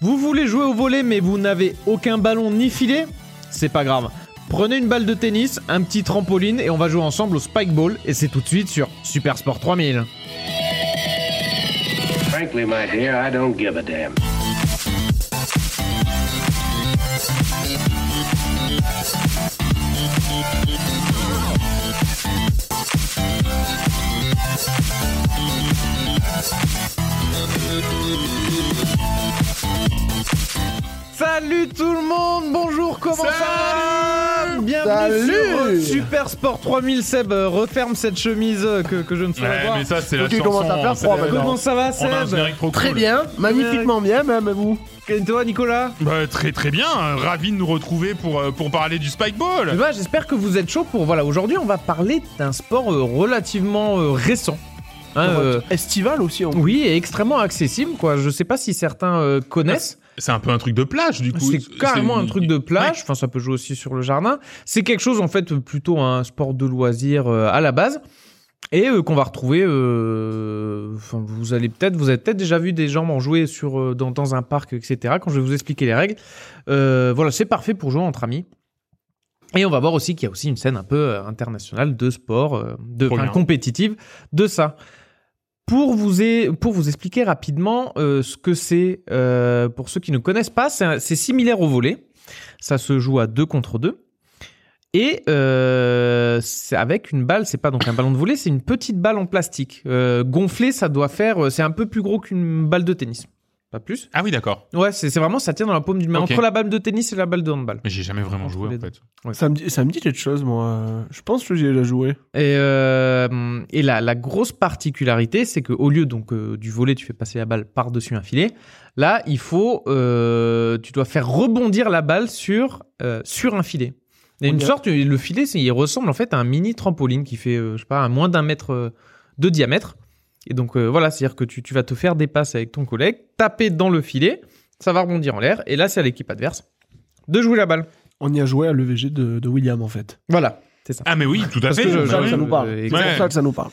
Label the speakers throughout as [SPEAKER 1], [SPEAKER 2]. [SPEAKER 1] Vous voulez jouer au volet mais vous n'avez aucun ballon ni filet C'est pas grave. Prenez une balle de tennis, un petit trampoline et on va jouer ensemble au Spikeball et c'est tout de suite sur Super Sport 3000.
[SPEAKER 2] Frankly, my dear, I don't give a damn.
[SPEAKER 1] Salut tout le monde, bonjour, comment ça va Bienvenue
[SPEAKER 3] Salut
[SPEAKER 1] sur Super Sport 3000 Seb, euh, referme cette chemise euh, que, que je ne saurais
[SPEAKER 4] Ouais,
[SPEAKER 1] voir.
[SPEAKER 4] mais ça, c'est la
[SPEAKER 3] Ok, il
[SPEAKER 4] chanson. hein,
[SPEAKER 3] commence à faire
[SPEAKER 4] c'est-
[SPEAKER 3] froid, maintenant.
[SPEAKER 1] Comment ça va
[SPEAKER 4] On a un
[SPEAKER 1] Seb
[SPEAKER 4] générique trop
[SPEAKER 3] Très
[SPEAKER 4] cool.
[SPEAKER 3] bien, magnifiquement bien même vous.
[SPEAKER 1] Et toi Nicolas
[SPEAKER 4] Bah, très très bien. euh, Ravi de nous retrouver pour, euh, pour parler du
[SPEAKER 1] Eh
[SPEAKER 4] Spikeball.
[SPEAKER 1] ben, J'espère que vous êtes chaud pour... Voilà, aujourd'hui on va parler d'un sport euh, relativement euh, récent. Hein, euh,
[SPEAKER 3] Estival aussi hein. on
[SPEAKER 1] oui, et extrêmement accessible quoi. Je sais pas si certains euh, connaissent.
[SPEAKER 4] C'est un peu un truc de plage, du coup.
[SPEAKER 1] C'est carrément
[SPEAKER 4] Ah, une-
[SPEAKER 1] un truc de plage. Enfin, ça peut jouer aussi sur le jardin. C'est quelque chose, en fait, plutôt un sport de loisir euh, à la base. Et euh, qu'on va retrouver. euh, enfin, vous allez peut-être, vous avez peut-être déjà vu des gens en jouer sur euh, dans, dans un parc, etc. Quand je vais vous expliquer les règles, Euh, voilà, c'est parfait pour jouer entre amis. Et on va voir aussi qu'il y a aussi une scène un peu euh, internationale de sport, euh, de
[SPEAKER 4] Trop
[SPEAKER 1] enfin,
[SPEAKER 4] bien.
[SPEAKER 1] compétitive de ça. Pour vous, é- pour vous expliquer rapidement euh, ce que c'est, euh, pour ceux qui ne connaissent pas, c'est un- c'est similaire au volet. Ça se joue à deux contre deux. Et euh, c'est avec une balle, c'est pas donc un ballon de volet, c'est une petite balle en plastique. Euh, gonflée, ça doit faire, euh, c'est un peu plus gros qu'une balle de tennis. Pas plus.
[SPEAKER 4] Ah oui, d'accord.
[SPEAKER 1] Ouais, c'est c'est vraiment, ça tient dans la paume d'une main.
[SPEAKER 4] Ok.
[SPEAKER 1] Entre la balle de tennis et la balle de handball.
[SPEAKER 4] Mais j'ai jamais vraiment
[SPEAKER 1] Entre
[SPEAKER 4] joué,
[SPEAKER 1] les
[SPEAKER 4] en fait.
[SPEAKER 3] Ça me dit ça me dit quelque chose moi. Je pense que j'ai déjà joué.
[SPEAKER 1] Et, euh, et la, la grosse particularité, c'est que au lieu donc euh, du volet, tu fais passer la balle par-dessus un filet. Là, il faut, euh, tu dois faire rebondir la balle sur euh, sur un filet. Et
[SPEAKER 3] On
[SPEAKER 1] une
[SPEAKER 3] dirait-
[SPEAKER 1] sorte, le filet, c'est- il ressemble en fait à un mini trampoline qui fait, euh, je sais pas, à moins d'un mètre euh, de diamètre. Et donc euh, voilà, c'est-à-dire que tu, tu vas te faire des passes avec ton collègue, taper dans le filet, ça va rebondir en l'air, et là c'est à l'équipe adverse de jouer la balle.
[SPEAKER 3] On y a joué à l'EVG de, de William en fait.
[SPEAKER 1] Voilà.
[SPEAKER 4] Ah, mais oui, tout à
[SPEAKER 1] Parce
[SPEAKER 4] fait.
[SPEAKER 1] que je-
[SPEAKER 4] bah
[SPEAKER 3] Ça,
[SPEAKER 4] oui.
[SPEAKER 3] ça nous parle.
[SPEAKER 1] euh,
[SPEAKER 3] C'est pour
[SPEAKER 4] ouais.
[SPEAKER 3] ça que ça nous parle.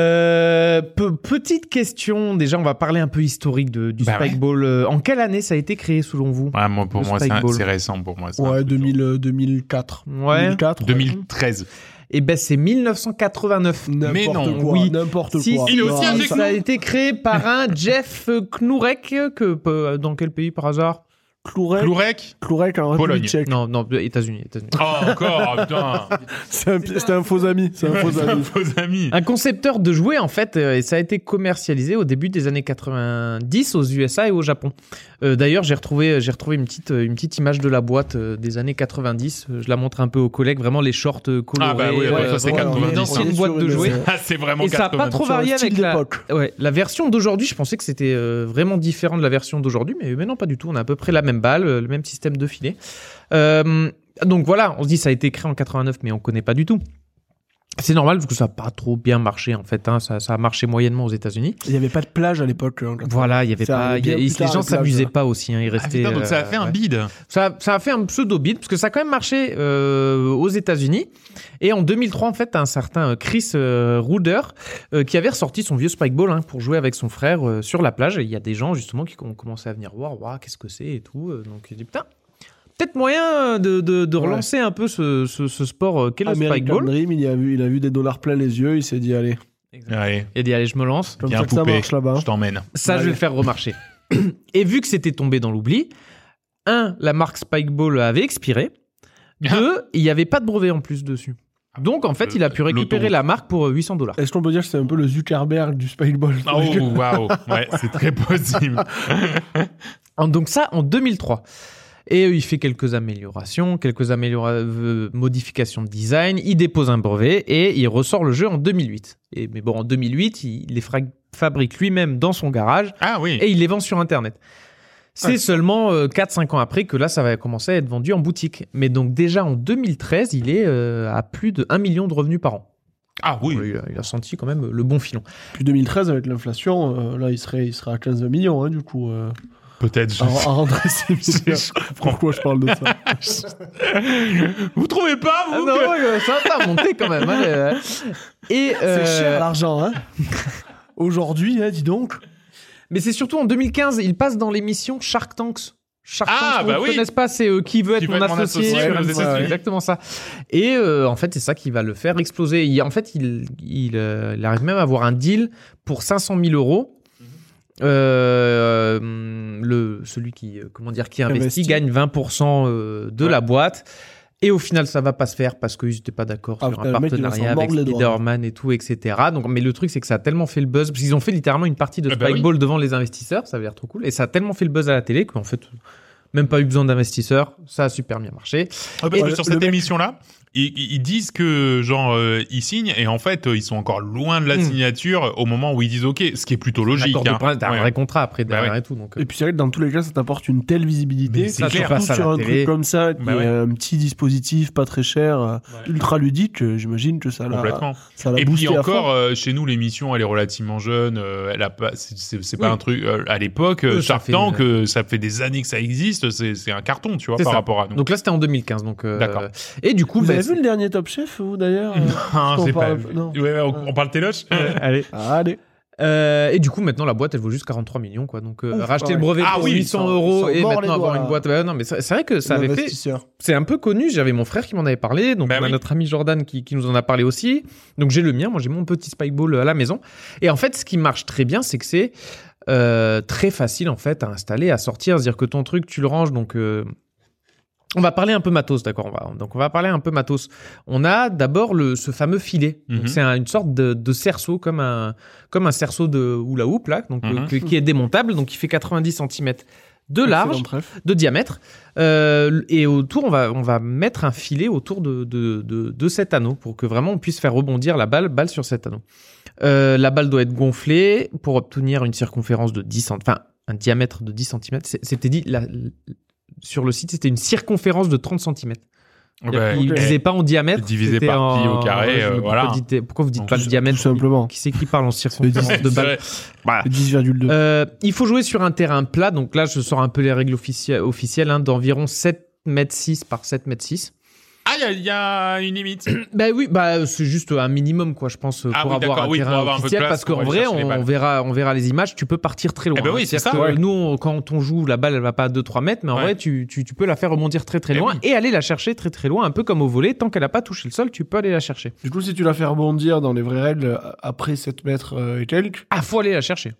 [SPEAKER 1] Euh, pe- petite question, déjà on va parler un peu historique de, du
[SPEAKER 4] Bah ouais.
[SPEAKER 1] Spikeball. Euh, En quelle année ça a été créé selon vous
[SPEAKER 4] Ouais, moi, pour
[SPEAKER 1] Le
[SPEAKER 4] moi, c'est un-
[SPEAKER 1] Spikeball.
[SPEAKER 4] c'est récent pour moi. c'est un
[SPEAKER 3] Ouais,
[SPEAKER 4] truc
[SPEAKER 3] 2000, euh, 2004.
[SPEAKER 1] Ouais.
[SPEAKER 3] 2004.
[SPEAKER 4] 2013.
[SPEAKER 1] Eh ben c'est 1989.
[SPEAKER 3] N'importe
[SPEAKER 4] Mais non,
[SPEAKER 3] quoi,
[SPEAKER 1] oui.
[SPEAKER 3] n'importe
[SPEAKER 1] Si,
[SPEAKER 3] quoi.
[SPEAKER 1] si,
[SPEAKER 4] Il est aussi
[SPEAKER 3] Non,
[SPEAKER 1] si,
[SPEAKER 4] avec
[SPEAKER 1] ça
[SPEAKER 4] nous.
[SPEAKER 1] a été créé par un Jeff Knourek, que peu- dans quel pays par hasard
[SPEAKER 3] Clourec,
[SPEAKER 4] Klourek
[SPEAKER 3] Clourec en
[SPEAKER 4] Pologne.
[SPEAKER 3] République tchèque.
[SPEAKER 1] Non, non, États-Unis, États-Unis.
[SPEAKER 4] Oh, encore, oh, putain.
[SPEAKER 3] C'est un- C'était un, faux ami. C'est un faux
[SPEAKER 4] C'est un
[SPEAKER 3] ami.
[SPEAKER 4] faux ami.
[SPEAKER 1] Un concepteur de jouets, en fait, euh, et ça a été commercialisé au début des années 90 aux USA et au Japon. Euh, D'ailleurs, j'ai retrouvé, j'ai retrouvé une, petite, euh, une petite image de la boîte euh, des années 90. Euh, Je la montre un peu aux collègues, vraiment les shorts euh, colorés.
[SPEAKER 4] Ah bah oui, ouais, ça, c'est
[SPEAKER 1] voilà,
[SPEAKER 4] 90,
[SPEAKER 1] une ancienne
[SPEAKER 3] hein.
[SPEAKER 1] boîte de
[SPEAKER 3] Et
[SPEAKER 1] jouets.
[SPEAKER 4] Ah, c'est vraiment
[SPEAKER 1] Et ça a pas
[SPEAKER 4] 90.
[SPEAKER 1] trop
[SPEAKER 3] Sur un
[SPEAKER 1] varié
[SPEAKER 3] style
[SPEAKER 1] avec la,
[SPEAKER 3] d'époque.
[SPEAKER 1] ouais, la version d'aujourd'hui. Je pensais que c'était euh, vraiment différent de la version d'aujourd'hui, mais, mais non, pas du tout. On a à peu près la même balle, euh, le même système de filet. Euh, donc voilà, on se dit ça a été créé en 89, mais on connaît pas du tout. C'est normal parce que ça n'a pas trop bien marché en fait. hein. Ça, ça a marché moyennement aux États-Unis.
[SPEAKER 3] Il n'y avait pas de plage à l'époque. hein, quand-
[SPEAKER 1] Voilà, il y avait
[SPEAKER 3] Ça
[SPEAKER 1] pas,
[SPEAKER 3] allait
[SPEAKER 1] il y
[SPEAKER 3] bien
[SPEAKER 1] a-
[SPEAKER 3] plus
[SPEAKER 1] les
[SPEAKER 3] tard,
[SPEAKER 1] gens
[SPEAKER 3] les plages.
[SPEAKER 1] s'amusaient pas aussi. hein. Ils
[SPEAKER 4] Ah,
[SPEAKER 1] restaient.
[SPEAKER 4] putain, donc ça a
[SPEAKER 1] euh,
[SPEAKER 4] fait un
[SPEAKER 1] ouais.
[SPEAKER 4] bide.
[SPEAKER 1] Ça, ça a fait un pseudo bid parce que ça a quand même marché euh, aux États-Unis. Et en 2003, en fait, un certain euh, Chris euh, Ruder euh, qui avait ressorti son vieux Spikeball hein, pour jouer avec son frère euh, sur la plage. Et il y a des gens justement qui ont commencé à venir voir, Ouah, qu'est-ce que c'est et tout. Euh, Donc il dit putain, peut-être moyen euh, de, de- de
[SPEAKER 3] Ouais.
[SPEAKER 1] relancer un peu ce, ce- ce sport euh, qu'est le
[SPEAKER 3] American
[SPEAKER 1] Spikeball.
[SPEAKER 3] Dream, il a, vu, il a vu des dollars plein les yeux, il s'est dit allez,
[SPEAKER 1] Hein
[SPEAKER 4] Allez,
[SPEAKER 1] Il a dit allez, je me lance.
[SPEAKER 3] comme
[SPEAKER 4] Viens,
[SPEAKER 3] ça que ça
[SPEAKER 4] poupée.
[SPEAKER 3] marche là-bas.
[SPEAKER 4] je t'emmène.
[SPEAKER 1] Ça, je vais
[SPEAKER 3] Ouais.
[SPEAKER 1] le faire remarcher. et vu que c'était tombé dans l'oubli, un, la marque Spikeball avait expiré.
[SPEAKER 3] Ah.
[SPEAKER 1] Deux, il n'y avait pas de brevet en plus dessus. Ah, Donc, en fait, il a pu récupérer la marque pour euh, 800 dollars.
[SPEAKER 3] Est-ce qu'on peut dire que c'est un peu le Zuckerberg du Spikeball
[SPEAKER 1] Ah,
[SPEAKER 4] Oh, waouh. Ouais, c'est très possible.
[SPEAKER 1] En- Donc ça, en 2003. Et euh, il fait quelques améliorations, quelques améliora- euh, modifications de design, il dépose un brevet et il ressort le jeu en 2008. Et, mais bon, en 2008, il les fra- fabrique lui-même dans son garage
[SPEAKER 4] Ah oui.
[SPEAKER 1] et il les vend sur Internet. C'est
[SPEAKER 3] Ah.
[SPEAKER 1] seulement 4-5 ans après que là, ça va commencer à être vendu en boutique. Mais donc déjà en 2013, il est euh, à plus de 1 million de revenus par an.
[SPEAKER 4] Ah oui.
[SPEAKER 1] Il, a, il a senti quand même le bon filon.
[SPEAKER 3] Puis 2013, avec l'inflation, euh, là, il serait, il serait à 15 millions, hein, du coup, euh,
[SPEAKER 4] Peut-être. je-
[SPEAKER 3] à, à
[SPEAKER 1] Oh.
[SPEAKER 3] rentrer ses milliards.
[SPEAKER 4] je
[SPEAKER 3] Pourquoi je parle de ça
[SPEAKER 4] Vous trouvez pas,
[SPEAKER 1] Ah
[SPEAKER 4] vous
[SPEAKER 1] non,
[SPEAKER 4] que-
[SPEAKER 1] ouais, ça ça a monté quand même. hein, euh. Et,
[SPEAKER 3] euh, C'est
[SPEAKER 1] euh,
[SPEAKER 3] cher l'argent, hein Aujourd'hui, hein, dis donc.
[SPEAKER 1] Mais c'est surtout en 2015, il passe dans l'émission Shark Tanks. Shark Tanks,
[SPEAKER 4] Ah,
[SPEAKER 1] pour
[SPEAKER 4] bah
[SPEAKER 1] ceux qui
[SPEAKER 4] oui.
[SPEAKER 1] connaissent pas, c'est euh, qui veut être
[SPEAKER 4] Qui
[SPEAKER 1] mon
[SPEAKER 4] veut être mon
[SPEAKER 1] associé.
[SPEAKER 4] associé,
[SPEAKER 1] ouais,
[SPEAKER 4] aux
[SPEAKER 1] ouais,
[SPEAKER 4] États-Unis.
[SPEAKER 1] ouais, exactement ça. Et euh, en fait, c'est ça qui va le faire exploser. Il- en fait, il, il, euh, il arrive même à avoir un deal pour 500 000 euros. Euh, hum, le celui qui euh, comment dire qui investit
[SPEAKER 3] Investit.
[SPEAKER 1] gagne 20% euh, de
[SPEAKER 4] Ouais.
[SPEAKER 1] la boîte et au final ça va pas se faire parce qu'ils n'étaient pas d'accord
[SPEAKER 3] Ah,
[SPEAKER 1] sur
[SPEAKER 3] putain,
[SPEAKER 1] un
[SPEAKER 3] le mec, il va s'en
[SPEAKER 1] partenariat avec
[SPEAKER 3] mordre les doigts.
[SPEAKER 1] Spider-Man et tout, etc. Donc, mais le truc, c'est que ça a tellement fait le buzz, parce qu'ils ont fait littéralement une partie de
[SPEAKER 4] Ah bah
[SPEAKER 1] Spikeball devant les investisseurs, ça avait l'air trop cool, et ça a tellement fait le buzz à la télé qu'en fait, même pas eu besoin d'investisseurs, ça a super bien marché.
[SPEAKER 4] Ah, parce
[SPEAKER 3] Et
[SPEAKER 4] que
[SPEAKER 3] le-
[SPEAKER 4] sur
[SPEAKER 3] le
[SPEAKER 4] cette
[SPEAKER 3] mec-
[SPEAKER 4] émission-là, ils, ils- ils disent que genre euh, ils signent et en fait euh, ils sont encore loin de la
[SPEAKER 1] Mm.
[SPEAKER 4] signature au moment où ils disent OK, ce qui est plutôt
[SPEAKER 1] Un
[SPEAKER 4] logique.
[SPEAKER 1] accord de
[SPEAKER 4] hein.
[SPEAKER 1] principe, T'as
[SPEAKER 4] Ouais.
[SPEAKER 1] un vrai contrat après
[SPEAKER 4] Bah
[SPEAKER 1] derrière et tout, donc. euh,
[SPEAKER 3] Et puis c'est vrai que dans tous les cas, ça t'apporte une telle
[SPEAKER 4] Mais
[SPEAKER 3] visibilité.
[SPEAKER 4] c'est
[SPEAKER 1] ça,
[SPEAKER 4] clair.
[SPEAKER 1] tu passes
[SPEAKER 3] Surtout
[SPEAKER 1] à
[SPEAKER 3] sur
[SPEAKER 1] la
[SPEAKER 3] un
[SPEAKER 1] télé.
[SPEAKER 3] truc comme ça, qui
[SPEAKER 4] Bah
[SPEAKER 3] est
[SPEAKER 4] ouais.
[SPEAKER 3] un petit dispositif pas très cher, euh, ultra ludique, euh, j'imagine que ça l'a
[SPEAKER 4] Complètement.
[SPEAKER 3] ça l'a
[SPEAKER 4] Et
[SPEAKER 3] boosté
[SPEAKER 4] puis
[SPEAKER 3] à
[SPEAKER 4] encore,
[SPEAKER 3] fond.
[SPEAKER 4] euh, chez nous, l'émission, elle est relativement jeune. euh, elle a pas, c'est- c'est c'est pas
[SPEAKER 1] Oui.
[SPEAKER 4] un truc. euh, à l'époque,
[SPEAKER 1] Euh,
[SPEAKER 4] euh,
[SPEAKER 1] ça
[SPEAKER 4] Shark
[SPEAKER 1] fait-
[SPEAKER 4] Tank, euh, ça fait des années que ça existe. C'est c'est un carton, tu vois,
[SPEAKER 1] C'est
[SPEAKER 4] par
[SPEAKER 1] ça.
[SPEAKER 4] rapport à nous.
[SPEAKER 1] Donc là, c'était en 2015, donc. euh,
[SPEAKER 4] D'accord.
[SPEAKER 1] Et du coup,
[SPEAKER 3] Vous
[SPEAKER 1] bah,
[SPEAKER 3] avez vu le dernier Top Chef, vous d'ailleurs euh,
[SPEAKER 4] Ah,
[SPEAKER 3] parce qu'on
[SPEAKER 4] c'est pas.
[SPEAKER 3] parle- non.
[SPEAKER 4] Ouais, ouais, on, on parle Téloche
[SPEAKER 1] Allez.
[SPEAKER 3] Ah, Allez.
[SPEAKER 1] Euh, et du coup, maintenant, la boîte, elle vaut juste 43 millions, quoi. Donc, euh,
[SPEAKER 3] Ouf,
[SPEAKER 1] racheter
[SPEAKER 3] ah
[SPEAKER 1] le
[SPEAKER 3] ouais.
[SPEAKER 1] brevet
[SPEAKER 4] Ah
[SPEAKER 1] pour
[SPEAKER 4] oui,
[SPEAKER 1] 800
[SPEAKER 3] ils sont-
[SPEAKER 1] euros
[SPEAKER 3] ils sont
[SPEAKER 1] et
[SPEAKER 3] morts,
[SPEAKER 1] maintenant
[SPEAKER 3] les
[SPEAKER 1] avoir
[SPEAKER 3] doigts.
[SPEAKER 1] une boîte. Bah, non, mais ça- c'est vrai que ça avait fait.
[SPEAKER 3] L'investisseur.
[SPEAKER 1] c'est un peu connu. J'avais mon frère qui m'en avait parlé, donc
[SPEAKER 4] Bah
[SPEAKER 1] on a
[SPEAKER 4] oui.
[SPEAKER 1] notre ami Jordan qui, qui nous en a parlé aussi. Donc j'ai le mien, moi j'ai mon petit spikeball à la maison. Et en fait, ce qui marche très bien, c'est que c'est euh, très facile en fait à installer, à sortir, à dire que ton truc tu le ranges. Donc euh, on va parler un peu matos, d'accord on va, Donc on va parler un peu matos. On a d'abord le ce fameux filet. Donc,
[SPEAKER 4] Mhm.
[SPEAKER 1] C'est un- une sorte de, de cerceau comme un comme un cerceau de hula hoop là, donc euh,
[SPEAKER 4] Mhm.
[SPEAKER 1] que- qui est démontable, donc qui fait 90 cm de large
[SPEAKER 3] Excellent trèfle.
[SPEAKER 1] de diamètre. Euh, et autour, on va, on va mettre un filet autour de, de, de, de cet anneau pour que vraiment on puisse faire rebondir la balle, balle sur cet anneau. Euh, la balle doit être gonflée pour obtenir une circonférence de 10 cent- enfin un diamètre de 10 cm. C'était dit la- sur le site, c'était une circonférence de 30 cm. Il ne
[SPEAKER 3] Ok.
[SPEAKER 1] disait pas en diamètre.
[SPEAKER 4] Divisé
[SPEAKER 1] c'était
[SPEAKER 4] par pi
[SPEAKER 1] en-
[SPEAKER 4] au carré,
[SPEAKER 1] je me
[SPEAKER 4] euh,
[SPEAKER 1] dis,
[SPEAKER 4] voilà.
[SPEAKER 1] pourquoi dites- Pourquoi vous dites
[SPEAKER 4] Donc,
[SPEAKER 1] pas le
[SPEAKER 3] Tout-
[SPEAKER 1] diamètre
[SPEAKER 3] Tout simplement.
[SPEAKER 1] Qui c'est qui parle en circonférence de balle Voilà.
[SPEAKER 3] Le 10,2.
[SPEAKER 1] euh, il faut jouer sur un terrain plat, donc là je sors un peu les règles officie- officielles, hein, d'environ 7 mètres 6 par 7 mètres 6.
[SPEAKER 4] Ah, il y a- il y, a une limite.
[SPEAKER 1] Bah oui, bah c'est juste un minimum quoi, je pense, pour
[SPEAKER 4] Ah oui,
[SPEAKER 1] avoir
[SPEAKER 4] d'accord,
[SPEAKER 1] un
[SPEAKER 4] oui, pour
[SPEAKER 1] terrain
[SPEAKER 4] avoir un peu de
[SPEAKER 1] officiel,
[SPEAKER 4] place
[SPEAKER 1] parce
[SPEAKER 4] pour
[SPEAKER 1] qu'en
[SPEAKER 4] aller
[SPEAKER 1] vrai
[SPEAKER 4] chercher les
[SPEAKER 1] on,
[SPEAKER 4] balles.
[SPEAKER 1] verra, on verra les images, tu peux partir très loin.
[SPEAKER 4] Eh ben oui,
[SPEAKER 1] hein.
[SPEAKER 4] c'est
[SPEAKER 1] C'est-à-dire
[SPEAKER 4] ça,
[SPEAKER 1] que
[SPEAKER 4] ouais.
[SPEAKER 1] Nous on- quand on joue, la balle elle va pas à 2-3 mètres, mais en
[SPEAKER 4] Ouais.
[SPEAKER 1] vrai tu, tu, tu peux la faire rebondir très très
[SPEAKER 4] Eh
[SPEAKER 1] loin
[SPEAKER 4] oui.
[SPEAKER 1] et aller la chercher très très loin, un peu comme au volet, tant qu'elle a pas touché le sol, tu peux aller la chercher.
[SPEAKER 3] Du coup, si tu la fais rebondir dans les vraies règles euh, après 7 mètres euh, et quelques,
[SPEAKER 1] Ah, faut aller la chercher.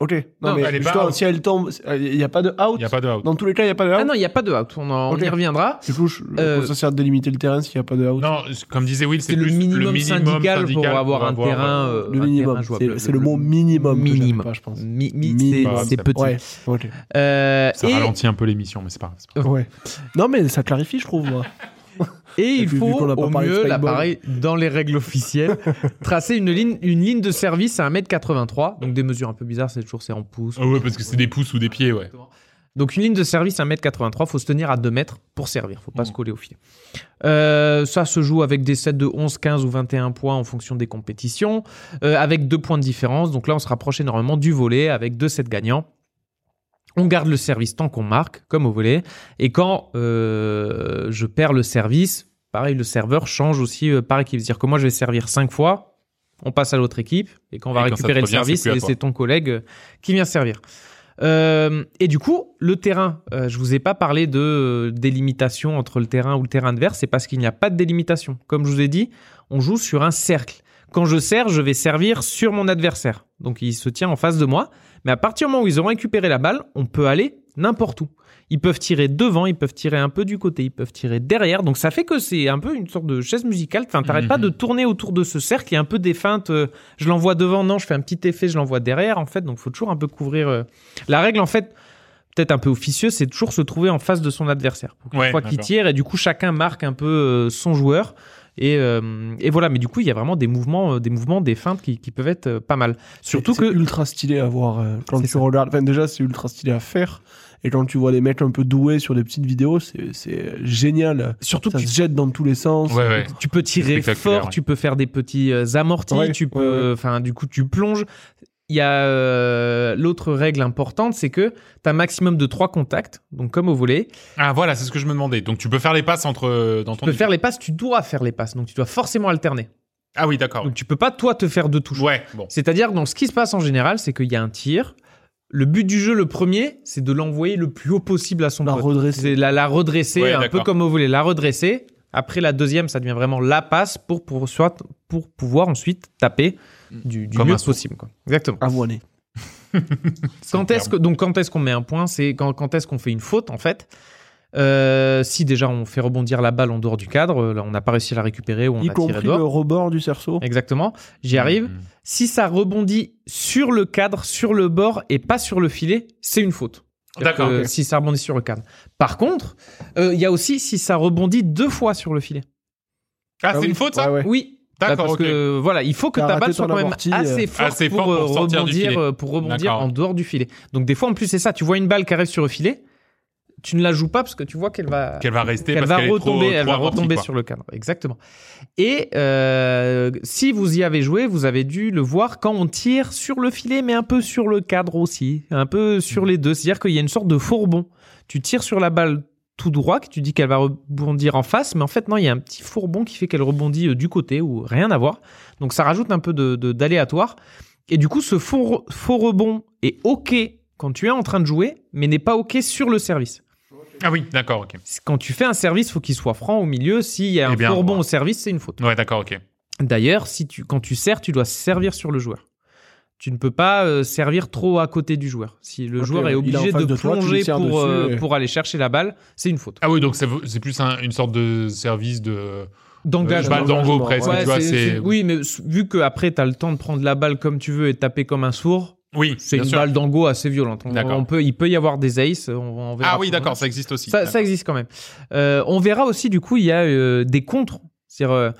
[SPEAKER 3] ok. Non,
[SPEAKER 1] Non,
[SPEAKER 3] mais
[SPEAKER 4] elle est pas
[SPEAKER 3] justement,
[SPEAKER 4] out.
[SPEAKER 3] si elle tombe, il n'y a pas de
[SPEAKER 4] Il
[SPEAKER 3] out.
[SPEAKER 4] n'y a pas de out.
[SPEAKER 3] Dans tous les cas, il n'y a pas de out.
[SPEAKER 1] Ah non, il n'y a pas de out, on, en- on
[SPEAKER 3] Ok.
[SPEAKER 1] y reviendra.
[SPEAKER 3] Du coup, je-
[SPEAKER 1] Euh,
[SPEAKER 3] ça sert de délimiter le terrain s'il n'y a pas de out.
[SPEAKER 4] Non, comme disait Will,
[SPEAKER 1] C'est
[SPEAKER 4] c'est
[SPEAKER 1] le,
[SPEAKER 4] plus
[SPEAKER 1] minimum syndical pour
[SPEAKER 4] syndical
[SPEAKER 1] avoir un terrain. euh,
[SPEAKER 3] le
[SPEAKER 1] un
[SPEAKER 3] minimum.
[SPEAKER 1] terrain jouable.
[SPEAKER 3] C'est- C'est le mot minimum. que
[SPEAKER 1] Minimum.
[SPEAKER 3] j'avais pas, je pense.
[SPEAKER 1] Mi- mi-
[SPEAKER 3] Minimum.
[SPEAKER 1] c'est- c'est
[SPEAKER 4] Ouais.
[SPEAKER 1] petit.
[SPEAKER 3] Ouais, ok.
[SPEAKER 1] Euh,
[SPEAKER 4] Ça
[SPEAKER 1] et,
[SPEAKER 4] ralentit un peu l'émission, mais c'est pas grave. c'est pas grave.
[SPEAKER 3] Ouais. Non, mais ça clarifie, je trouve, moi.
[SPEAKER 1] et il
[SPEAKER 3] puis, vu
[SPEAKER 1] faut
[SPEAKER 3] qu'on a pas
[SPEAKER 1] au
[SPEAKER 3] parlé de
[SPEAKER 1] mieux, là
[SPEAKER 3] Spikeball.
[SPEAKER 1] pareil, dans les règles officielles, tracer une ligne, une ligne de service à 1m83. Donc des mesures un peu bizarres, c'est toujours c'est en pouces.
[SPEAKER 4] Ah ouais, parce que c'est des pouces ou des pieds, ouais.
[SPEAKER 1] Donc une ligne de service à 1m83, faut se tenir à 2 mètres pour servir, faut pas
[SPEAKER 4] Mm.
[SPEAKER 1] se coller au filet. Euh, ça se joue avec des sets de 11, 15 ou 21 points en fonction des compétitions, euh, avec deux points de différence. Donc là, on se rapproche énormément du volet avec deux sets gagnants. On garde le service tant qu'on marque, comme au volet. Et quand euh, je perds le service, pareil, le serveur change aussi euh, par équipe. C'est-à-dire que moi, je vais servir 5 fois, on passe à l'autre équipe, et quand on va
[SPEAKER 4] Et quand ça te
[SPEAKER 1] récupérer le
[SPEAKER 4] revient,
[SPEAKER 1] service,
[SPEAKER 4] c'est plus à
[SPEAKER 1] et
[SPEAKER 4] toi.
[SPEAKER 1] c'est ton collègue euh, qui vient servir. Euh, et du coup, le terrain, euh, je vous ai pas parlé de euh, délimitation entre le terrain ou le terrain adverse, c'est parce qu'il n'y a pas de délimitation. Comme je vous ai dit, on joue sur un cercle. Quand je sers, je vais servir sur mon adversaire. Donc il se tient en face de moi. Mais à partir du moment où ils ont récupéré la balle, on peut aller n'importe où. Ils peuvent tirer devant, ils peuvent tirer un peu du côté, ils peuvent tirer derrière. Donc ça fait que c'est un peu une sorte de chaise musicale. Enfin, t'arrêtes
[SPEAKER 4] Mhm.
[SPEAKER 1] pas de tourner autour de ce cercle. Il y a un peu des feintes. euh, je l'envoie devant, non, je fais un petit effet, je l'envoie derrière. En fait, donc faut toujours un peu couvrir. euh. La règle, en fait, peut-être un peu officieuse, c'est toujours se trouver en face de son adversaire. Pour qu'une
[SPEAKER 4] Ouais,
[SPEAKER 1] fois qu'il
[SPEAKER 4] d'accord.
[SPEAKER 1] tire, et du coup, chacun marque un peu euh, son joueur. Et, euh, et voilà, mais du coup, il y a vraiment des mouvements, euh, des mouvements, des feintes qui, qui peuvent être euh, pas mal. Surtout
[SPEAKER 3] C'est- c'est
[SPEAKER 1] que
[SPEAKER 3] ultra stylé à voir euh, quand
[SPEAKER 1] C'est
[SPEAKER 3] tu
[SPEAKER 1] ça.
[SPEAKER 3] regardes. Enfin, déjà, c'est ultra stylé à faire. Et quand tu vois les mecs un peu doués sur des petites vidéos, c'est- c'est génial.
[SPEAKER 1] Surtout
[SPEAKER 3] ça
[SPEAKER 1] que-
[SPEAKER 3] se jette dans tous les sens.
[SPEAKER 4] Ouais, ouais.
[SPEAKER 1] tu peux tirer
[SPEAKER 4] spectaculaire,
[SPEAKER 1] fort,
[SPEAKER 4] ouais.
[SPEAKER 1] tu peux faire des petits euh, amortis,
[SPEAKER 3] Ouais,
[SPEAKER 1] tu
[SPEAKER 3] ouais,
[SPEAKER 1] peux, enfin, du coup, tu plonges. Il y a euh, l'autre règle importante, c'est que tu as un maximum de trois contacts, donc comme au volet.
[SPEAKER 4] Ah, voilà, c'est ce que je me demandais. Donc tu peux faire les passes entre euh, dans
[SPEAKER 1] Tu
[SPEAKER 4] ton.
[SPEAKER 1] peux faire les passes, tu dois faire les passes, donc tu dois forcément alterner.
[SPEAKER 4] Ah oui, d'accord.
[SPEAKER 1] Donc tu peux pas toi te faire deux touches.
[SPEAKER 4] Ouais, bon.
[SPEAKER 1] C'est-à-dire, donc, ce qui se passe en général, c'est qu'il y a un tir, Le but du jeu, le premier, c'est de l'envoyer le plus haut possible à son
[SPEAKER 3] La
[SPEAKER 1] pote.
[SPEAKER 3] redresser.
[SPEAKER 1] C'est la, la redresser
[SPEAKER 4] Ouais,
[SPEAKER 1] un peu
[SPEAKER 4] d'accord.
[SPEAKER 1] comme vous voulez, la redresser. Après la deuxième, ça devient vraiment la passe pour, pour, soit, pour pouvoir ensuite taper du, du
[SPEAKER 4] Comme
[SPEAKER 1] mieux
[SPEAKER 4] un sourd.
[SPEAKER 1] possible. quoi. Exactement.
[SPEAKER 3] Avoiné.
[SPEAKER 1] Quand est-ce que donc quand est-ce qu'on met un point C'est quand, quand est-ce qu'on fait une faute en fait Euh, Si déjà on fait rebondir la balle en dehors du cadre, euh, là, on n'a pas réussi à la récupérer ou on
[SPEAKER 3] Y
[SPEAKER 1] a tiré
[SPEAKER 3] compris le
[SPEAKER 1] dehors.
[SPEAKER 3] rebord du cerceau.
[SPEAKER 1] Exactement. J'y arrive.
[SPEAKER 4] Mm.
[SPEAKER 1] Si ça rebondit sur le cadre, sur le bord et pas sur le filet, c'est une faute. C'est-à-dire
[SPEAKER 4] D'accord,
[SPEAKER 1] que
[SPEAKER 4] ok.
[SPEAKER 1] Si ça rebondit sur le cadre. Par contre, euh, il y a aussi si ça rebondit deux fois sur le filet.
[SPEAKER 4] Ah,
[SPEAKER 3] Ah
[SPEAKER 4] c'est
[SPEAKER 3] oui.
[SPEAKER 4] une faute, ça
[SPEAKER 3] Ouais, ouais.
[SPEAKER 1] Oui. Bah,
[SPEAKER 4] D'accord,
[SPEAKER 1] parce
[SPEAKER 4] ok.
[SPEAKER 1] que voilà, il faut que
[SPEAKER 3] T'as
[SPEAKER 1] ta
[SPEAKER 3] raté
[SPEAKER 1] balle soit
[SPEAKER 3] ton
[SPEAKER 1] quand même
[SPEAKER 3] amorti, euh,
[SPEAKER 1] assez forte
[SPEAKER 4] assez
[SPEAKER 1] pour,
[SPEAKER 4] fort pour
[SPEAKER 1] euh,
[SPEAKER 4] sortir du
[SPEAKER 1] rebondir,
[SPEAKER 4] filet.
[SPEAKER 1] euh, pour rebondir
[SPEAKER 4] D'accord.
[SPEAKER 1] en dehors du filet. Donc des fois en plus c'est ça, tu vois une balle qui arrive sur le filet, tu ne la joues pas parce que tu vois qu'elle va
[SPEAKER 4] Qu'elle va rester
[SPEAKER 1] qu'elle
[SPEAKER 4] parce
[SPEAKER 1] va
[SPEAKER 4] qu'elle est trop-
[SPEAKER 1] retomber, elle
[SPEAKER 4] trop
[SPEAKER 1] va
[SPEAKER 4] amortie,
[SPEAKER 1] retomber
[SPEAKER 4] quoi.
[SPEAKER 1] sur le cadre. Exactement. Et euh, si vous y avez joué, vous avez dû le voir quand on tire sur le filet, mais un peu sur le cadre aussi, un peu
[SPEAKER 4] Mhm.
[SPEAKER 1] sur les deux. C'est-à-dire qu'il y a une sorte de fourbon. Tu tires sur la balle tout droit, que tu dis qu'elle va rebondir en face, mais en fait non, il y a un petit fourbon qui fait qu'elle rebondit euh, du côté ou rien à voir. Donc ça rajoute un peu de- de- d'aléatoire. Et du coup, ce faux, faux rebond est OK quand tu es en train de jouer, mais n'est pas OK sur le service.
[SPEAKER 4] Ah oui, d'accord, ok.
[SPEAKER 1] C'est- Quand tu fais un service, faut qu'il soit franc au milieu. S'il y a
[SPEAKER 4] Eh
[SPEAKER 1] un
[SPEAKER 4] bien,
[SPEAKER 1] faux rebond
[SPEAKER 4] ouais.
[SPEAKER 1] au service, c'est une faute.
[SPEAKER 4] Ouais, d'accord, ok.
[SPEAKER 1] D'ailleurs, si tu, quand tu sers, tu dois servir sur le joueur. Tu ne peux pas euh, servir trop à côté du joueur. Si le
[SPEAKER 3] Ok,
[SPEAKER 1] joueur
[SPEAKER 3] ouais.
[SPEAKER 1] est
[SPEAKER 3] Il est en
[SPEAKER 1] obligé
[SPEAKER 3] face
[SPEAKER 1] de,
[SPEAKER 3] de toi, tu lui
[SPEAKER 1] plonger
[SPEAKER 3] sers
[SPEAKER 1] pour,
[SPEAKER 3] dessus,
[SPEAKER 1] euh,
[SPEAKER 3] et-
[SPEAKER 1] pour aller chercher la balle, c'est une faute.
[SPEAKER 4] Ah oui, donc ça vaut- c'est plus un- une sorte de service de
[SPEAKER 1] D'engagement.
[SPEAKER 4] balle
[SPEAKER 3] d'engagement,
[SPEAKER 4] d'ango presque,
[SPEAKER 1] Ouais,
[SPEAKER 4] tu vois,
[SPEAKER 1] c'est- c'est-
[SPEAKER 4] c'est...
[SPEAKER 1] Oui, mais s- vu qu'après, tu as le temps de prendre la balle comme tu veux et de taper comme un sourd,
[SPEAKER 4] Oui,
[SPEAKER 1] c'est
[SPEAKER 4] bien
[SPEAKER 1] une
[SPEAKER 4] sûr.
[SPEAKER 1] balle d'ango assez violente. On,
[SPEAKER 4] D'accord.
[SPEAKER 1] on peut, il peut y avoir des aces. On, on verra
[SPEAKER 4] Ah oui,
[SPEAKER 1] tout à l'heure.
[SPEAKER 4] d'accord, ça existe aussi.
[SPEAKER 1] Ça, ça existe quand même. Euh, on verra aussi, du coup, il y a euh, des contres. C'est-à-dire, euh,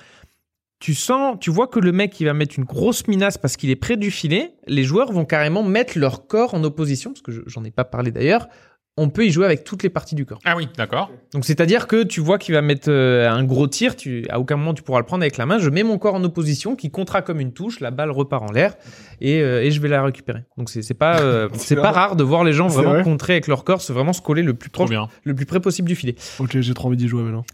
[SPEAKER 1] tu sens, tu vois que le mec, il va mettre une grosse minace parce qu'il est près du filet. Les joueurs vont carrément mettre leur corps en opposition, parce que je- j'en ai pas parlé d'ailleurs. On peut y jouer avec toutes les parties du corps.
[SPEAKER 4] Ah oui, d'accord.
[SPEAKER 1] Donc, c'est-à-dire que tu vois qu'il va mettre euh, un gros tir, tu, à aucun moment tu pourras le prendre avec la main. Je mets mon corps en opposition qui comptera comme une touche, la balle repart en l'air et, euh, et je vais la récupérer. Donc, c'est c'est pas, euh, c'est pas
[SPEAKER 3] vrai.
[SPEAKER 1] rare de voir les gens
[SPEAKER 3] C'est
[SPEAKER 1] vraiment
[SPEAKER 3] vrai.
[SPEAKER 1] contrer avec leur corps, se vraiment se coller le plus,
[SPEAKER 4] Trop
[SPEAKER 1] proche,
[SPEAKER 4] bien.
[SPEAKER 1] le plus près possible du filet.
[SPEAKER 3] Ok, j'ai trop envie d'y jouer maintenant.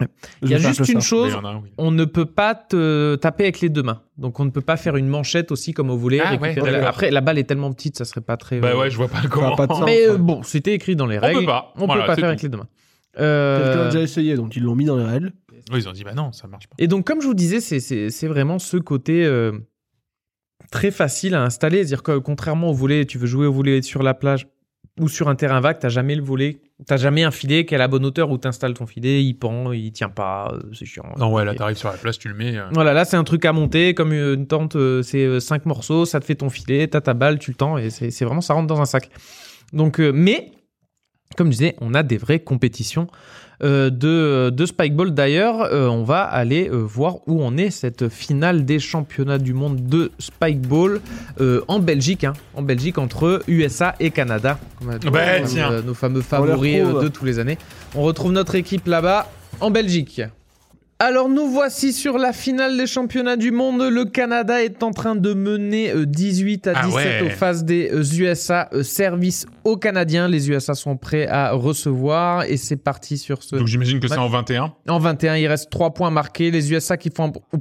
[SPEAKER 1] Il y a juste une chose,
[SPEAKER 4] Mais il y en a un, oui.
[SPEAKER 1] on ne peut pas te taper avec les deux mains. Donc on ne peut pas faire une manchette aussi comme au volet.
[SPEAKER 4] Ah
[SPEAKER 1] récupérer
[SPEAKER 4] ouais,
[SPEAKER 1] la-
[SPEAKER 4] d'accord.
[SPEAKER 1] Après, la balle est tellement petite, ça serait pas très.
[SPEAKER 4] Bah
[SPEAKER 1] euh,
[SPEAKER 4] ouais, je vois pas comment.
[SPEAKER 3] pas de sens.
[SPEAKER 1] Mais euh,
[SPEAKER 3] Ouais.
[SPEAKER 1] bon, c'était écrit dans les
[SPEAKER 4] On
[SPEAKER 1] règles.
[SPEAKER 4] peut pas.
[SPEAKER 1] On
[SPEAKER 4] Voilà,
[SPEAKER 1] peut pas
[SPEAKER 4] c'est
[SPEAKER 1] faire
[SPEAKER 4] tout.
[SPEAKER 1] avec les deux mains. Euh,
[SPEAKER 3] Quelqu'un a déjà essayé, donc ils l'ont mis dans les règles.
[SPEAKER 4] Oui, Ils ont dit, bah non, ça marche pas.
[SPEAKER 1] Et donc, comme je vous disais, c'est- c'est c'est vraiment ce côté euh, très facile à installer. C'est-à-dire que contrairement au volet, tu veux jouer au volet sur la plage ou sur un terrain vague, t'as jamais le volet, t'as jamais un filet qui est à la bonne hauteur où t'installes ton filet, il pend, il tient pas, euh, c'est chiant.
[SPEAKER 4] Non, ouais, là, t'arrives sur la place, tu le mets. euh,
[SPEAKER 1] Voilà, là c'est un truc à monter, comme une tente, euh, c'est euh, cinq morceaux, ça te fait ton filet, t'as ta balle, tu le tends, et c'est c'est vraiment, ça rentre dans un sac. Donc, euh, mais, comme je disais, on a des vraies compétitions euh, de, de Spikeball. D'ailleurs, euh, on va aller euh, voir où on est cette finale des championnats du monde de Spikeball euh, en Belgique, hein, en Belgique entre USA et Canada. Comme on a-
[SPEAKER 4] Ben,
[SPEAKER 1] nos-
[SPEAKER 4] tiens.
[SPEAKER 1] euh, nos fameux
[SPEAKER 3] On les
[SPEAKER 1] favoris euh,
[SPEAKER 3] retrouve.
[SPEAKER 1] de tous les années. On retrouve notre équipe là-bas en Belgique. Alors nous voici sur la finale des championnats du monde. Le Canada est en train de mener euh, 18 à
[SPEAKER 4] Ah
[SPEAKER 1] 17
[SPEAKER 4] ouais.
[SPEAKER 1] aux phases des euh, USA. euh, Service aux Canadiens. Les USA sont prêts à recevoir et c'est parti sur ce.
[SPEAKER 4] Donc j'imagine que c'est
[SPEAKER 1] Ouais.
[SPEAKER 4] en 21.
[SPEAKER 1] En 21, il reste 3 points marqués. Les USA qui font. un-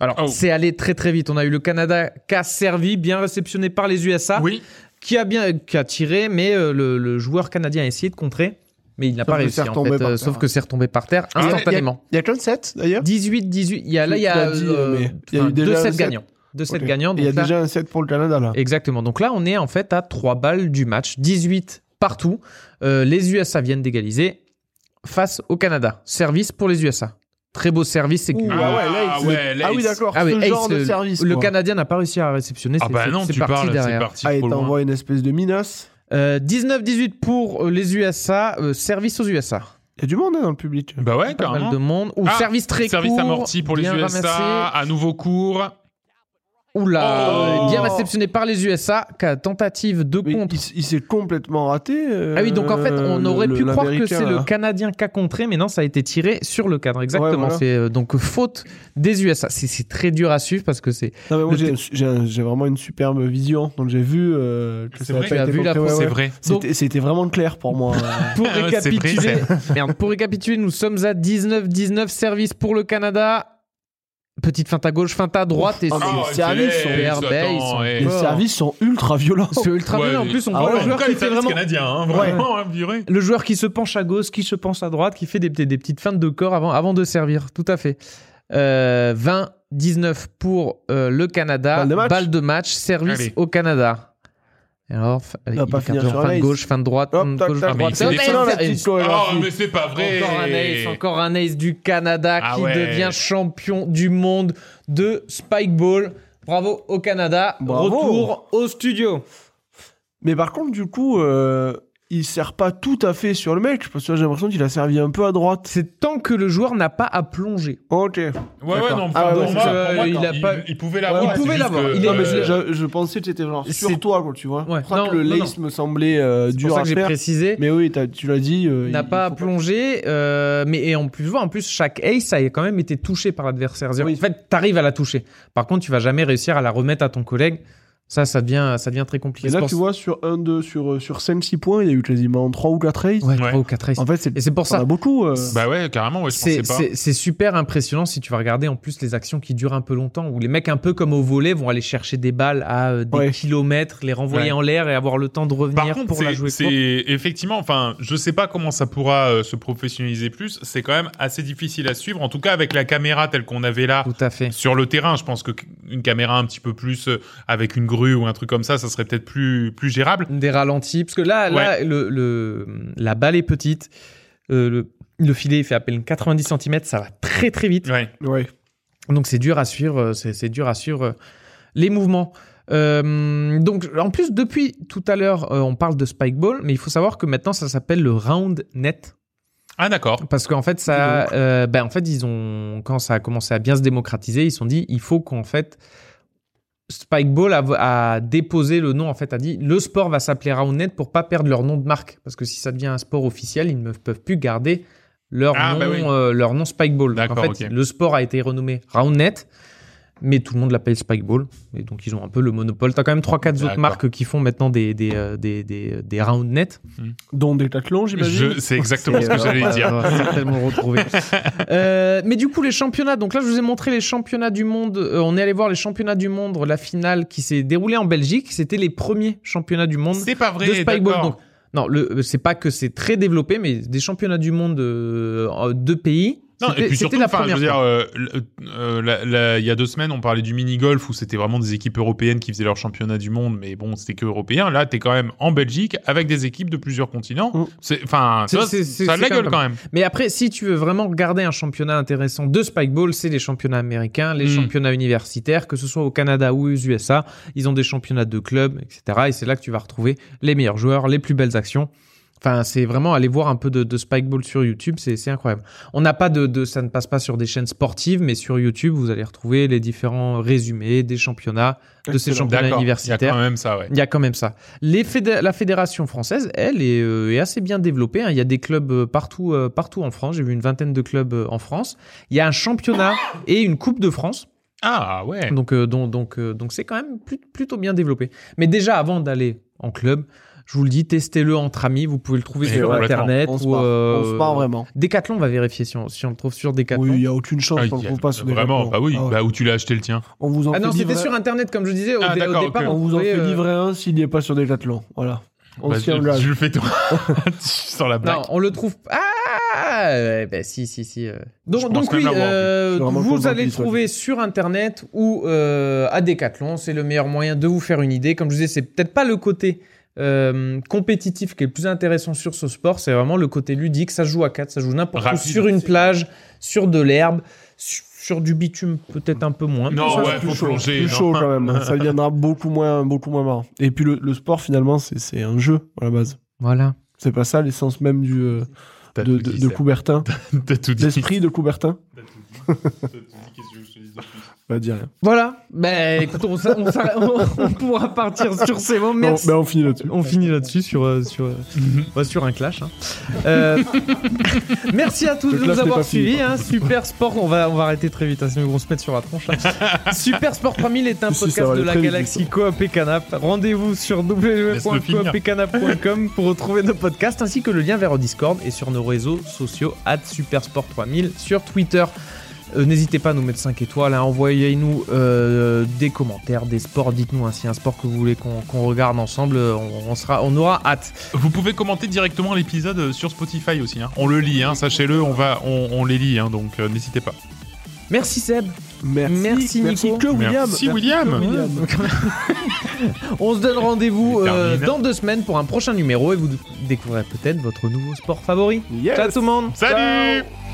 [SPEAKER 1] Alors
[SPEAKER 4] Oh.
[SPEAKER 1] c'est allé très très vite. On a eu le Canada qui a servi, bien réceptionné par les USA
[SPEAKER 4] Oui.
[SPEAKER 1] qui a bien qui a tiré, mais euh, le, le joueur canadien a essayé de contrer, mais il n'a
[SPEAKER 3] Sauf
[SPEAKER 1] pas
[SPEAKER 3] que
[SPEAKER 1] réussi
[SPEAKER 3] c'est
[SPEAKER 1] en
[SPEAKER 3] retombé
[SPEAKER 1] fait,
[SPEAKER 3] par
[SPEAKER 1] euh,
[SPEAKER 3] terre. hein.
[SPEAKER 1] sauf que c'est retombé par terre
[SPEAKER 4] Ah,
[SPEAKER 1] instantanément.
[SPEAKER 3] Il y a que 7 d'ailleurs
[SPEAKER 1] 18 18, il y a là il y
[SPEAKER 3] Tu
[SPEAKER 1] a,
[SPEAKER 3] l'as dit,
[SPEAKER 1] euh,
[SPEAKER 3] mais il y a
[SPEAKER 1] enfin,
[SPEAKER 3] eu déjà
[SPEAKER 1] deux
[SPEAKER 3] un
[SPEAKER 1] sets
[SPEAKER 3] set.
[SPEAKER 1] gagnants. Deux sets
[SPEAKER 3] Ok.
[SPEAKER 1] gagnants,
[SPEAKER 3] Il y a
[SPEAKER 1] donc là-
[SPEAKER 3] déjà un 7 pour le Canada là.
[SPEAKER 1] Exactement. Donc là, on est en fait à 3 balles du match, 18 partout. Euh, les USA viennent d'égaliser face au Canada. Service pour les USA. Très beau service. c'est que-
[SPEAKER 3] Ouh,
[SPEAKER 4] Ah
[SPEAKER 3] ah ouais, là, il-
[SPEAKER 4] ouais, là,
[SPEAKER 3] ah
[SPEAKER 4] il-
[SPEAKER 3] oui, d'accord,
[SPEAKER 1] Ah
[SPEAKER 3] ce
[SPEAKER 1] oui, hey,
[SPEAKER 3] genre de
[SPEAKER 1] le-
[SPEAKER 3] service.
[SPEAKER 1] le
[SPEAKER 3] quoi.
[SPEAKER 1] Canadien n'a pas réussi à réceptionner.
[SPEAKER 4] Ah
[SPEAKER 1] c'est-
[SPEAKER 4] bah
[SPEAKER 1] c'est-
[SPEAKER 4] non,
[SPEAKER 1] c'est
[SPEAKER 4] tu
[SPEAKER 1] parti
[SPEAKER 4] parles, c'est
[SPEAKER 1] derrière.
[SPEAKER 4] parti
[SPEAKER 3] Ah, il
[SPEAKER 4] trop loin.
[SPEAKER 3] t'envoie une espèce de Minos.
[SPEAKER 1] Euh, 19-18 pour euh, les USA, euh, service aux USA.
[SPEAKER 3] Il y a du monde hein, dans le public.
[SPEAKER 4] Bah ouais,
[SPEAKER 1] Pas mal
[SPEAKER 4] carrément.
[SPEAKER 1] de monde. Ou
[SPEAKER 4] Ah,
[SPEAKER 1] service très
[SPEAKER 4] Service
[SPEAKER 1] court.
[SPEAKER 4] amorti pour les
[SPEAKER 1] bien
[SPEAKER 4] USA,
[SPEAKER 1] ramassé.
[SPEAKER 4] à nouveau court.
[SPEAKER 1] Oula, euh,
[SPEAKER 4] Oh.
[SPEAKER 1] bien réceptionné par les USA. qu'à Tentative de
[SPEAKER 3] Mais
[SPEAKER 1] contre.
[SPEAKER 3] il, s- il s'est complètement raté. euh,
[SPEAKER 1] Ah oui, donc en fait, on
[SPEAKER 3] le-
[SPEAKER 1] aurait
[SPEAKER 3] le-
[SPEAKER 1] pu croire que
[SPEAKER 3] l'Américain,
[SPEAKER 1] c'est le
[SPEAKER 3] là.
[SPEAKER 1] Canadien qui a contré, mais non, ça a été tiré sur le cadre. Exactement.
[SPEAKER 3] voilà.
[SPEAKER 1] C'est euh, donc faute des USA. C'est- C'est très dur à suivre parce que c'est.
[SPEAKER 3] Non, mais moi,
[SPEAKER 1] le
[SPEAKER 3] j'ai- j'ai un- j'ai vraiment une superbe vision. Donc j'ai vu euh, que
[SPEAKER 4] C'est
[SPEAKER 3] ça a
[SPEAKER 4] vrai,
[SPEAKER 3] pas
[SPEAKER 1] tu as
[SPEAKER 3] été
[SPEAKER 1] vu la
[SPEAKER 3] compris, ouais,
[SPEAKER 1] fausse-
[SPEAKER 3] ouais.
[SPEAKER 4] C'est vrai.
[SPEAKER 1] Donc-
[SPEAKER 3] C'était- C'était vraiment clair pour moi.
[SPEAKER 1] Pour
[SPEAKER 4] Ah ouais, c'est
[SPEAKER 1] récapituler,
[SPEAKER 4] vrai,
[SPEAKER 1] merde, pour récapituler, nous sommes à 19-19 service pour le Canada. Petite feinte à gauche, feinte à droite, et
[SPEAKER 3] Ah,
[SPEAKER 1] c'est-
[SPEAKER 3] mais
[SPEAKER 1] les
[SPEAKER 3] les
[SPEAKER 1] services
[SPEAKER 3] services,
[SPEAKER 1] sont herbés, ils
[SPEAKER 4] attends,
[SPEAKER 1] sont
[SPEAKER 4] eh.
[SPEAKER 3] Les
[SPEAKER 1] forts.
[SPEAKER 3] services sont ultra violents.
[SPEAKER 1] C'est ultra
[SPEAKER 4] Ouais,
[SPEAKER 1] bien. En
[SPEAKER 4] il-
[SPEAKER 1] plus, on voit
[SPEAKER 3] Ah ouais,
[SPEAKER 1] le
[SPEAKER 4] En tout
[SPEAKER 1] joueur
[SPEAKER 4] cas,
[SPEAKER 1] qui
[SPEAKER 4] les
[SPEAKER 1] fait
[SPEAKER 4] services
[SPEAKER 1] vraiment
[SPEAKER 4] canadiens, hein,
[SPEAKER 1] Ouais.
[SPEAKER 4] vraiment, hein, viré.
[SPEAKER 1] le joueur qui se penche à gauche, qui se penche à droite, qui fait des, petits- des petites feintes de corps avant, avant de servir, tout à fait. Euh, 20, 19 pour euh, le Canada.
[SPEAKER 3] Balle de match.
[SPEAKER 1] match, service
[SPEAKER 4] Allez.
[SPEAKER 1] au Canada. Et alors, fa- il
[SPEAKER 3] va pas
[SPEAKER 1] fait
[SPEAKER 3] finir
[SPEAKER 1] un
[SPEAKER 3] sur un
[SPEAKER 1] fin de
[SPEAKER 3] ace.
[SPEAKER 1] gauche, fin de droite, fin
[SPEAKER 3] Hop,
[SPEAKER 1] de
[SPEAKER 3] tac,
[SPEAKER 1] gauche,
[SPEAKER 3] tac,
[SPEAKER 1] fin de
[SPEAKER 4] mais
[SPEAKER 1] droite.
[SPEAKER 4] c'est
[SPEAKER 1] Hop,
[SPEAKER 3] excellent, la petite
[SPEAKER 4] Oh,
[SPEAKER 3] chorégraphie.
[SPEAKER 4] mais c'est pas vrai.
[SPEAKER 1] Encore un ace, encore un ace du Canada
[SPEAKER 4] Ah
[SPEAKER 1] qui
[SPEAKER 4] ouais.
[SPEAKER 1] devient champion du monde de Spikeball. Bravo au Canada.
[SPEAKER 3] Bravo.
[SPEAKER 1] Retour au studio.
[SPEAKER 3] Mais par contre, du coup, euh, il sert pas tout à fait sur le mec, parce que j'ai l'impression qu'il a servi un peu à droite.
[SPEAKER 1] C'est tant que le joueur n'a pas à plonger.
[SPEAKER 3] Ok.
[SPEAKER 4] Ouais, ouais,
[SPEAKER 3] D'accord.
[SPEAKER 4] non, enfin,
[SPEAKER 3] Ah ouais,
[SPEAKER 4] pour
[SPEAKER 3] c'est
[SPEAKER 4] moi,
[SPEAKER 1] que,
[SPEAKER 4] pour moi,
[SPEAKER 1] il
[SPEAKER 4] quand
[SPEAKER 1] a pas-
[SPEAKER 4] il, il pouvait
[SPEAKER 1] Il
[SPEAKER 4] l'avoir. Ah, c'est
[SPEAKER 1] pouvait
[SPEAKER 4] juste
[SPEAKER 1] l'avoir,
[SPEAKER 4] que,
[SPEAKER 1] il est-
[SPEAKER 3] Non, mais
[SPEAKER 1] Euh,
[SPEAKER 3] je, je pensais que c'était genre
[SPEAKER 1] c'est-
[SPEAKER 3] sur toi, quoi, tu vois.
[SPEAKER 1] Ouais.
[SPEAKER 3] Je crois
[SPEAKER 1] Non,
[SPEAKER 3] que le
[SPEAKER 1] non,
[SPEAKER 3] lace me semblait euh,
[SPEAKER 1] C'est pour
[SPEAKER 3] dur
[SPEAKER 1] ça
[SPEAKER 3] à
[SPEAKER 1] que j'ai
[SPEAKER 3] faire.
[SPEAKER 1] précisé.
[SPEAKER 3] Mais oui, t'as- tu l'as dit. euh,
[SPEAKER 1] n'a
[SPEAKER 3] il-
[SPEAKER 1] pas à
[SPEAKER 3] faut
[SPEAKER 1] plonger, euh, mais et en plus, vois, en plus chaque ace ça a quand même été touché par l'adversaire. C'est-à-dire,
[SPEAKER 3] Oui.
[SPEAKER 1] En fait, t'arrives à la toucher. Par contre, tu vas jamais réussir à la remettre à ton collègue. Ça, ça devient, ça devient très compliqué.
[SPEAKER 3] Et là,
[SPEAKER 1] C'est
[SPEAKER 3] tu
[SPEAKER 1] pour-
[SPEAKER 3] vois, sur 1, 2, sur, euh, sur 5, 6 points, il y a eu quasiment 3 ou 4 aces.
[SPEAKER 1] ouais,
[SPEAKER 4] Ouais.
[SPEAKER 1] trois ou quatre aces.
[SPEAKER 3] En fait, c'est
[SPEAKER 1] Et c'est pour
[SPEAKER 3] ça
[SPEAKER 1] ça.
[SPEAKER 3] a beaucoup. euh,
[SPEAKER 4] Bah ouais, carrément, ouais, je pensais
[SPEAKER 1] C'est
[SPEAKER 4] pas.
[SPEAKER 1] c'est- c'est super impressionnant si tu vas regarder en plus les actions qui durent un peu longtemps, où les mecs un peu comme au volet vont aller chercher des balles à euh, des
[SPEAKER 3] Ouais.
[SPEAKER 1] kilomètres, les renvoyer
[SPEAKER 4] Ouais.
[SPEAKER 1] en l'air et avoir le temps de revenir
[SPEAKER 4] Par contre,
[SPEAKER 1] pour la
[SPEAKER 4] c'est-
[SPEAKER 1] jouer. courte.
[SPEAKER 4] c'est effectivement, enfin, je sais pas comment ça pourra euh, se professionnaliser plus. C'est quand même assez difficile à suivre. En tout cas, avec la caméra telle qu'on avait là
[SPEAKER 1] Tout à fait.
[SPEAKER 4] sur le terrain, je pense que qu- une caméra un petit peu plus euh, avec une grue ou un truc comme ça, ça serait peut-être plus plus gérable.
[SPEAKER 1] des ralentis parce que là, là le, le- la balle est petite Euh, le, le filet il fait à peine 90 cm ça va très très vite
[SPEAKER 4] Ouais.
[SPEAKER 3] Ouais.
[SPEAKER 1] donc c'est dur à suivre euh, c'est c'est dur à suivre euh, les mouvements Euh, donc en plus depuis tout à l'heure euh, on parle de spike ball mais il faut savoir que maintenant ça s'appelle le round net
[SPEAKER 4] Ah d'accord.
[SPEAKER 1] parce qu'en fait ça euh, ben, en fait ils ont quand ça a commencé à bien se démocratiser ils se sont dit il faut qu'en fait Spikeball a, a déposé le nom, en fait, a dit le sport va s'appeler Roundnet pour pas perdre leur nom de marque. Parce que si ça devient un sport officiel, ils ne peuvent plus garder leur
[SPEAKER 4] Ah,
[SPEAKER 1] nom,
[SPEAKER 4] bah oui.
[SPEAKER 1] euh, leur nom Spikeball. Donc, en
[SPEAKER 4] D'accord,
[SPEAKER 1] fait,
[SPEAKER 4] ok.
[SPEAKER 1] le sport a été renommé Roundnet, mais tout le monde l'appelle Spikeball. Et donc, ils ont un peu le monopole. T'as quand même 3-4 autres
[SPEAKER 4] D'accord.
[SPEAKER 1] marques qui font maintenant des, des, euh, des, des, des Roundnet.
[SPEAKER 3] Dont Decathlon,
[SPEAKER 1] Bah
[SPEAKER 3] j'imagine.
[SPEAKER 4] Je- C'est exactement
[SPEAKER 3] C'est,
[SPEAKER 4] ce que
[SPEAKER 3] euh,
[SPEAKER 4] j'allais
[SPEAKER 1] Ouais,
[SPEAKER 4] dire.
[SPEAKER 1] on va certainement le retrouver. Euh, mais du coup, les championnats. Donc là, je vous ai montré les championnats du monde. Euh, on est allé voir les championnats du monde, la finale qui s'est déroulée en Belgique. C'était les premiers championnats du monde
[SPEAKER 4] C'est pas
[SPEAKER 1] de
[SPEAKER 4] vrai.
[SPEAKER 1] Spikeball.
[SPEAKER 4] D'accord.
[SPEAKER 1] Donc, non, le, euh, c'est pas que c'est très développé, mais des championnats du monde euh, en deux pays.
[SPEAKER 4] Non,
[SPEAKER 1] C'était-
[SPEAKER 4] et puis
[SPEAKER 1] c'était
[SPEAKER 4] surtout,
[SPEAKER 1] la
[SPEAKER 4] enfin, je
[SPEAKER 1] première
[SPEAKER 4] veux dire,
[SPEAKER 1] fois.
[SPEAKER 4] euh, le- euh, la- la- il y a deux semaines, on parlait du mini-golf où c'était vraiment des équipes européennes qui faisaient leur championnat du monde, mais bon, c'était que européen. Là, t'es quand même en Belgique avec des équipes de plusieurs continents.
[SPEAKER 3] Mm.
[SPEAKER 4] C'est- Enfin,
[SPEAKER 1] C'est-
[SPEAKER 4] ça,
[SPEAKER 1] c'est- c'est-
[SPEAKER 4] ça a
[SPEAKER 1] c'est
[SPEAKER 4] de la
[SPEAKER 1] quand
[SPEAKER 4] gueule
[SPEAKER 1] même
[SPEAKER 4] quand même.
[SPEAKER 1] Mais après, si tu veux vraiment regarder un championnat intéressant de Spikeball, c'est les championnats américains, les
[SPEAKER 4] Mm.
[SPEAKER 1] championnats universitaires, que ce soit au Canada ou aux USA. Ils ont des championnats de clubs, etc. Et c'est là que tu vas retrouver les meilleurs joueurs, les plus belles actions. Enfin, c'est vraiment aller voir un peu de, de Spikeball sur YouTube, c'est c'est incroyable. On n'a pas de, de- ça ne passe pas sur des chaînes sportives, mais sur YouTube, vous allez retrouver les différents résumés des championnats, de ces
[SPEAKER 3] Excellent.
[SPEAKER 1] championnats
[SPEAKER 4] D'accord. Il y a
[SPEAKER 1] universitaires.
[SPEAKER 4] quand même ça, ouais.
[SPEAKER 1] Il y a quand même ça. Les fédé- la fédération française, elle, est, euh, est assez bien développée. hein. Il y a des clubs euh, partout, euh, partout en France. J'ai vu une vingtaine de clubs euh, en France. Il y a un championnat et une Coupe de France.
[SPEAKER 4] Ah ouais.
[SPEAKER 1] Donc, euh, donc, donc, euh, donc c'est quand même plus- plutôt bien développé. Mais déjà, avant d'aller en club, je vous le dis, testez-le entre amis. Vous pouvez le trouver
[SPEAKER 4] Mais
[SPEAKER 1] sur
[SPEAKER 4] complètement.
[SPEAKER 1] Internet.
[SPEAKER 3] On se
[SPEAKER 1] ou,
[SPEAKER 3] marre.
[SPEAKER 1] euh,
[SPEAKER 3] On se marre vraiment.
[SPEAKER 1] Decathlon, on va vérifier si on, si on le trouve sur Decathlon.
[SPEAKER 3] Oui, il n'y a aucune chance hein,
[SPEAKER 4] Ah,
[SPEAKER 3] qu'on
[SPEAKER 4] il y
[SPEAKER 3] ne
[SPEAKER 4] a-
[SPEAKER 3] trouve pas ce
[SPEAKER 4] vraiment,
[SPEAKER 3] Decathlon.
[SPEAKER 4] bah oui,
[SPEAKER 3] Ah ouais.
[SPEAKER 4] bah où tu l'as acheté le tien.
[SPEAKER 3] On vous en
[SPEAKER 1] Ah
[SPEAKER 3] fait
[SPEAKER 1] non, c'était
[SPEAKER 3] livrer-
[SPEAKER 1] sur Internet, comme je disais. Au,
[SPEAKER 4] Ah,
[SPEAKER 1] dé- au
[SPEAKER 4] d'accord,
[SPEAKER 1] départ,
[SPEAKER 4] ok.
[SPEAKER 1] on
[SPEAKER 3] On vous en
[SPEAKER 1] pouvait,
[SPEAKER 3] fait
[SPEAKER 1] euh,
[SPEAKER 3] livrer un s'il n'y est pas sur Decathlon. Voilà. On
[SPEAKER 4] Bah,
[SPEAKER 3] se
[SPEAKER 4] je,
[SPEAKER 3] tient là.
[SPEAKER 4] je le fais toi. Sans la blague.
[SPEAKER 1] Non, on le trouve. Ah, ouais, bah, si, si, si. euh.
[SPEAKER 4] Je
[SPEAKER 1] Donc,
[SPEAKER 4] pense
[SPEAKER 1] donc
[SPEAKER 4] même
[SPEAKER 1] oui,
[SPEAKER 4] l'avoir vu.
[SPEAKER 1] euh,
[SPEAKER 3] Je suis vraiment
[SPEAKER 1] vous
[SPEAKER 3] convaincu
[SPEAKER 1] allez le
[SPEAKER 3] qu'il soit
[SPEAKER 1] trouver sur Internet ou euh, à Decathlon. C'est le meilleur moyen de vous faire une idée. Comme je disais, c'est peut-être pas le côté euh, compétitif qui est le plus intéressant sur ce sport. C'est vraiment le côté ludique. Ça se joue à 4, ça se joue n'importe où,
[SPEAKER 4] Rapide.
[SPEAKER 1] sur une plage, sur de l'herbe, sur, sur du bitume, peut-être un peu moins.
[SPEAKER 4] Non,
[SPEAKER 1] Ça,
[SPEAKER 4] ouais,
[SPEAKER 3] Ça, c'est
[SPEAKER 4] faut
[SPEAKER 3] plus chaud,
[SPEAKER 4] plonger,
[SPEAKER 3] plus
[SPEAKER 4] non.
[SPEAKER 3] chaud quand même. Ça deviendra beaucoup moins, beaucoup moins marrant. Et puis le, le sport finalement, c'est c'est un jeu à la base.
[SPEAKER 1] Voilà.
[SPEAKER 3] C'est pas ça l'essence même du euh,
[SPEAKER 4] T'as
[SPEAKER 3] de,
[SPEAKER 4] tout
[SPEAKER 3] de,
[SPEAKER 4] dit,
[SPEAKER 3] de
[SPEAKER 4] Seb.
[SPEAKER 3] Coubertin,
[SPEAKER 4] T'as tout dit.
[SPEAKER 3] l'esprit de Coubertin.
[SPEAKER 4] T'as tout dit. T'as tout dit. Qu'est-ce que je te dis de plus
[SPEAKER 3] Bah, dis rien.
[SPEAKER 1] Voilà. Ben, écoute, on, s'arr- on s'arr- on- on pourra partir sur ces mots.
[SPEAKER 3] Bon,
[SPEAKER 1] Merci.
[SPEAKER 3] bah, on finit là-dessus.
[SPEAKER 1] On finit là-dessus sur, euh, sur, euh,
[SPEAKER 3] Mhm.
[SPEAKER 1] bah, sur un clash. hein. Euh, merci à tous
[SPEAKER 3] Le
[SPEAKER 1] de
[SPEAKER 3] clash
[SPEAKER 1] nous
[SPEAKER 3] n'est
[SPEAKER 1] avoir
[SPEAKER 3] pas fini,
[SPEAKER 1] suivis.
[SPEAKER 3] par
[SPEAKER 1] hein. Super Sport, on va, on va arrêter très vite, hein, sinon ils vont se mettre sur la tronche. là. Super Sport 3000 est un
[SPEAKER 3] Si, si,
[SPEAKER 1] podcast
[SPEAKER 3] ça va
[SPEAKER 1] de
[SPEAKER 3] aller
[SPEAKER 1] la
[SPEAKER 3] très vite,
[SPEAKER 1] galaxie Coop et Canap. Rendez-vous sur
[SPEAKER 4] Laisse-le finir.
[SPEAKER 1] www.coopetcanap.com pour retrouver nos podcasts ainsi que le lien vers le Discord et sur nos réseaux sociaux at Super Sport 3000 sur Twitter. Euh, N'hésitez pas à nous mettre 5 étoiles, hein. envoyez-nous euh, des commentaires, des sports, dites-nous hein, s'il y a un sport que vous voulez qu'on qu'on regarde ensemble, euh, on, on sera, on aura hâte.
[SPEAKER 4] Vous pouvez commenter directement l'épisode euh, sur Spotify aussi. hein. On le lit, hein, sachez-le, on, va, on, on les lit, hein, donc euh, n'hésitez pas.
[SPEAKER 1] Merci Seb,
[SPEAKER 3] Merci,
[SPEAKER 1] Merci, Nico.
[SPEAKER 3] que William.
[SPEAKER 4] Merci, William.
[SPEAKER 3] que
[SPEAKER 1] on se donne rendez-vous
[SPEAKER 4] Il est
[SPEAKER 1] euh,
[SPEAKER 4] terminé.
[SPEAKER 1] dans deux semaines pour un prochain numéro et vous découvrirez peut-être votre nouveau sport favori.
[SPEAKER 3] Yes.
[SPEAKER 1] Ciao tout le monde
[SPEAKER 4] Salut
[SPEAKER 3] Ciao.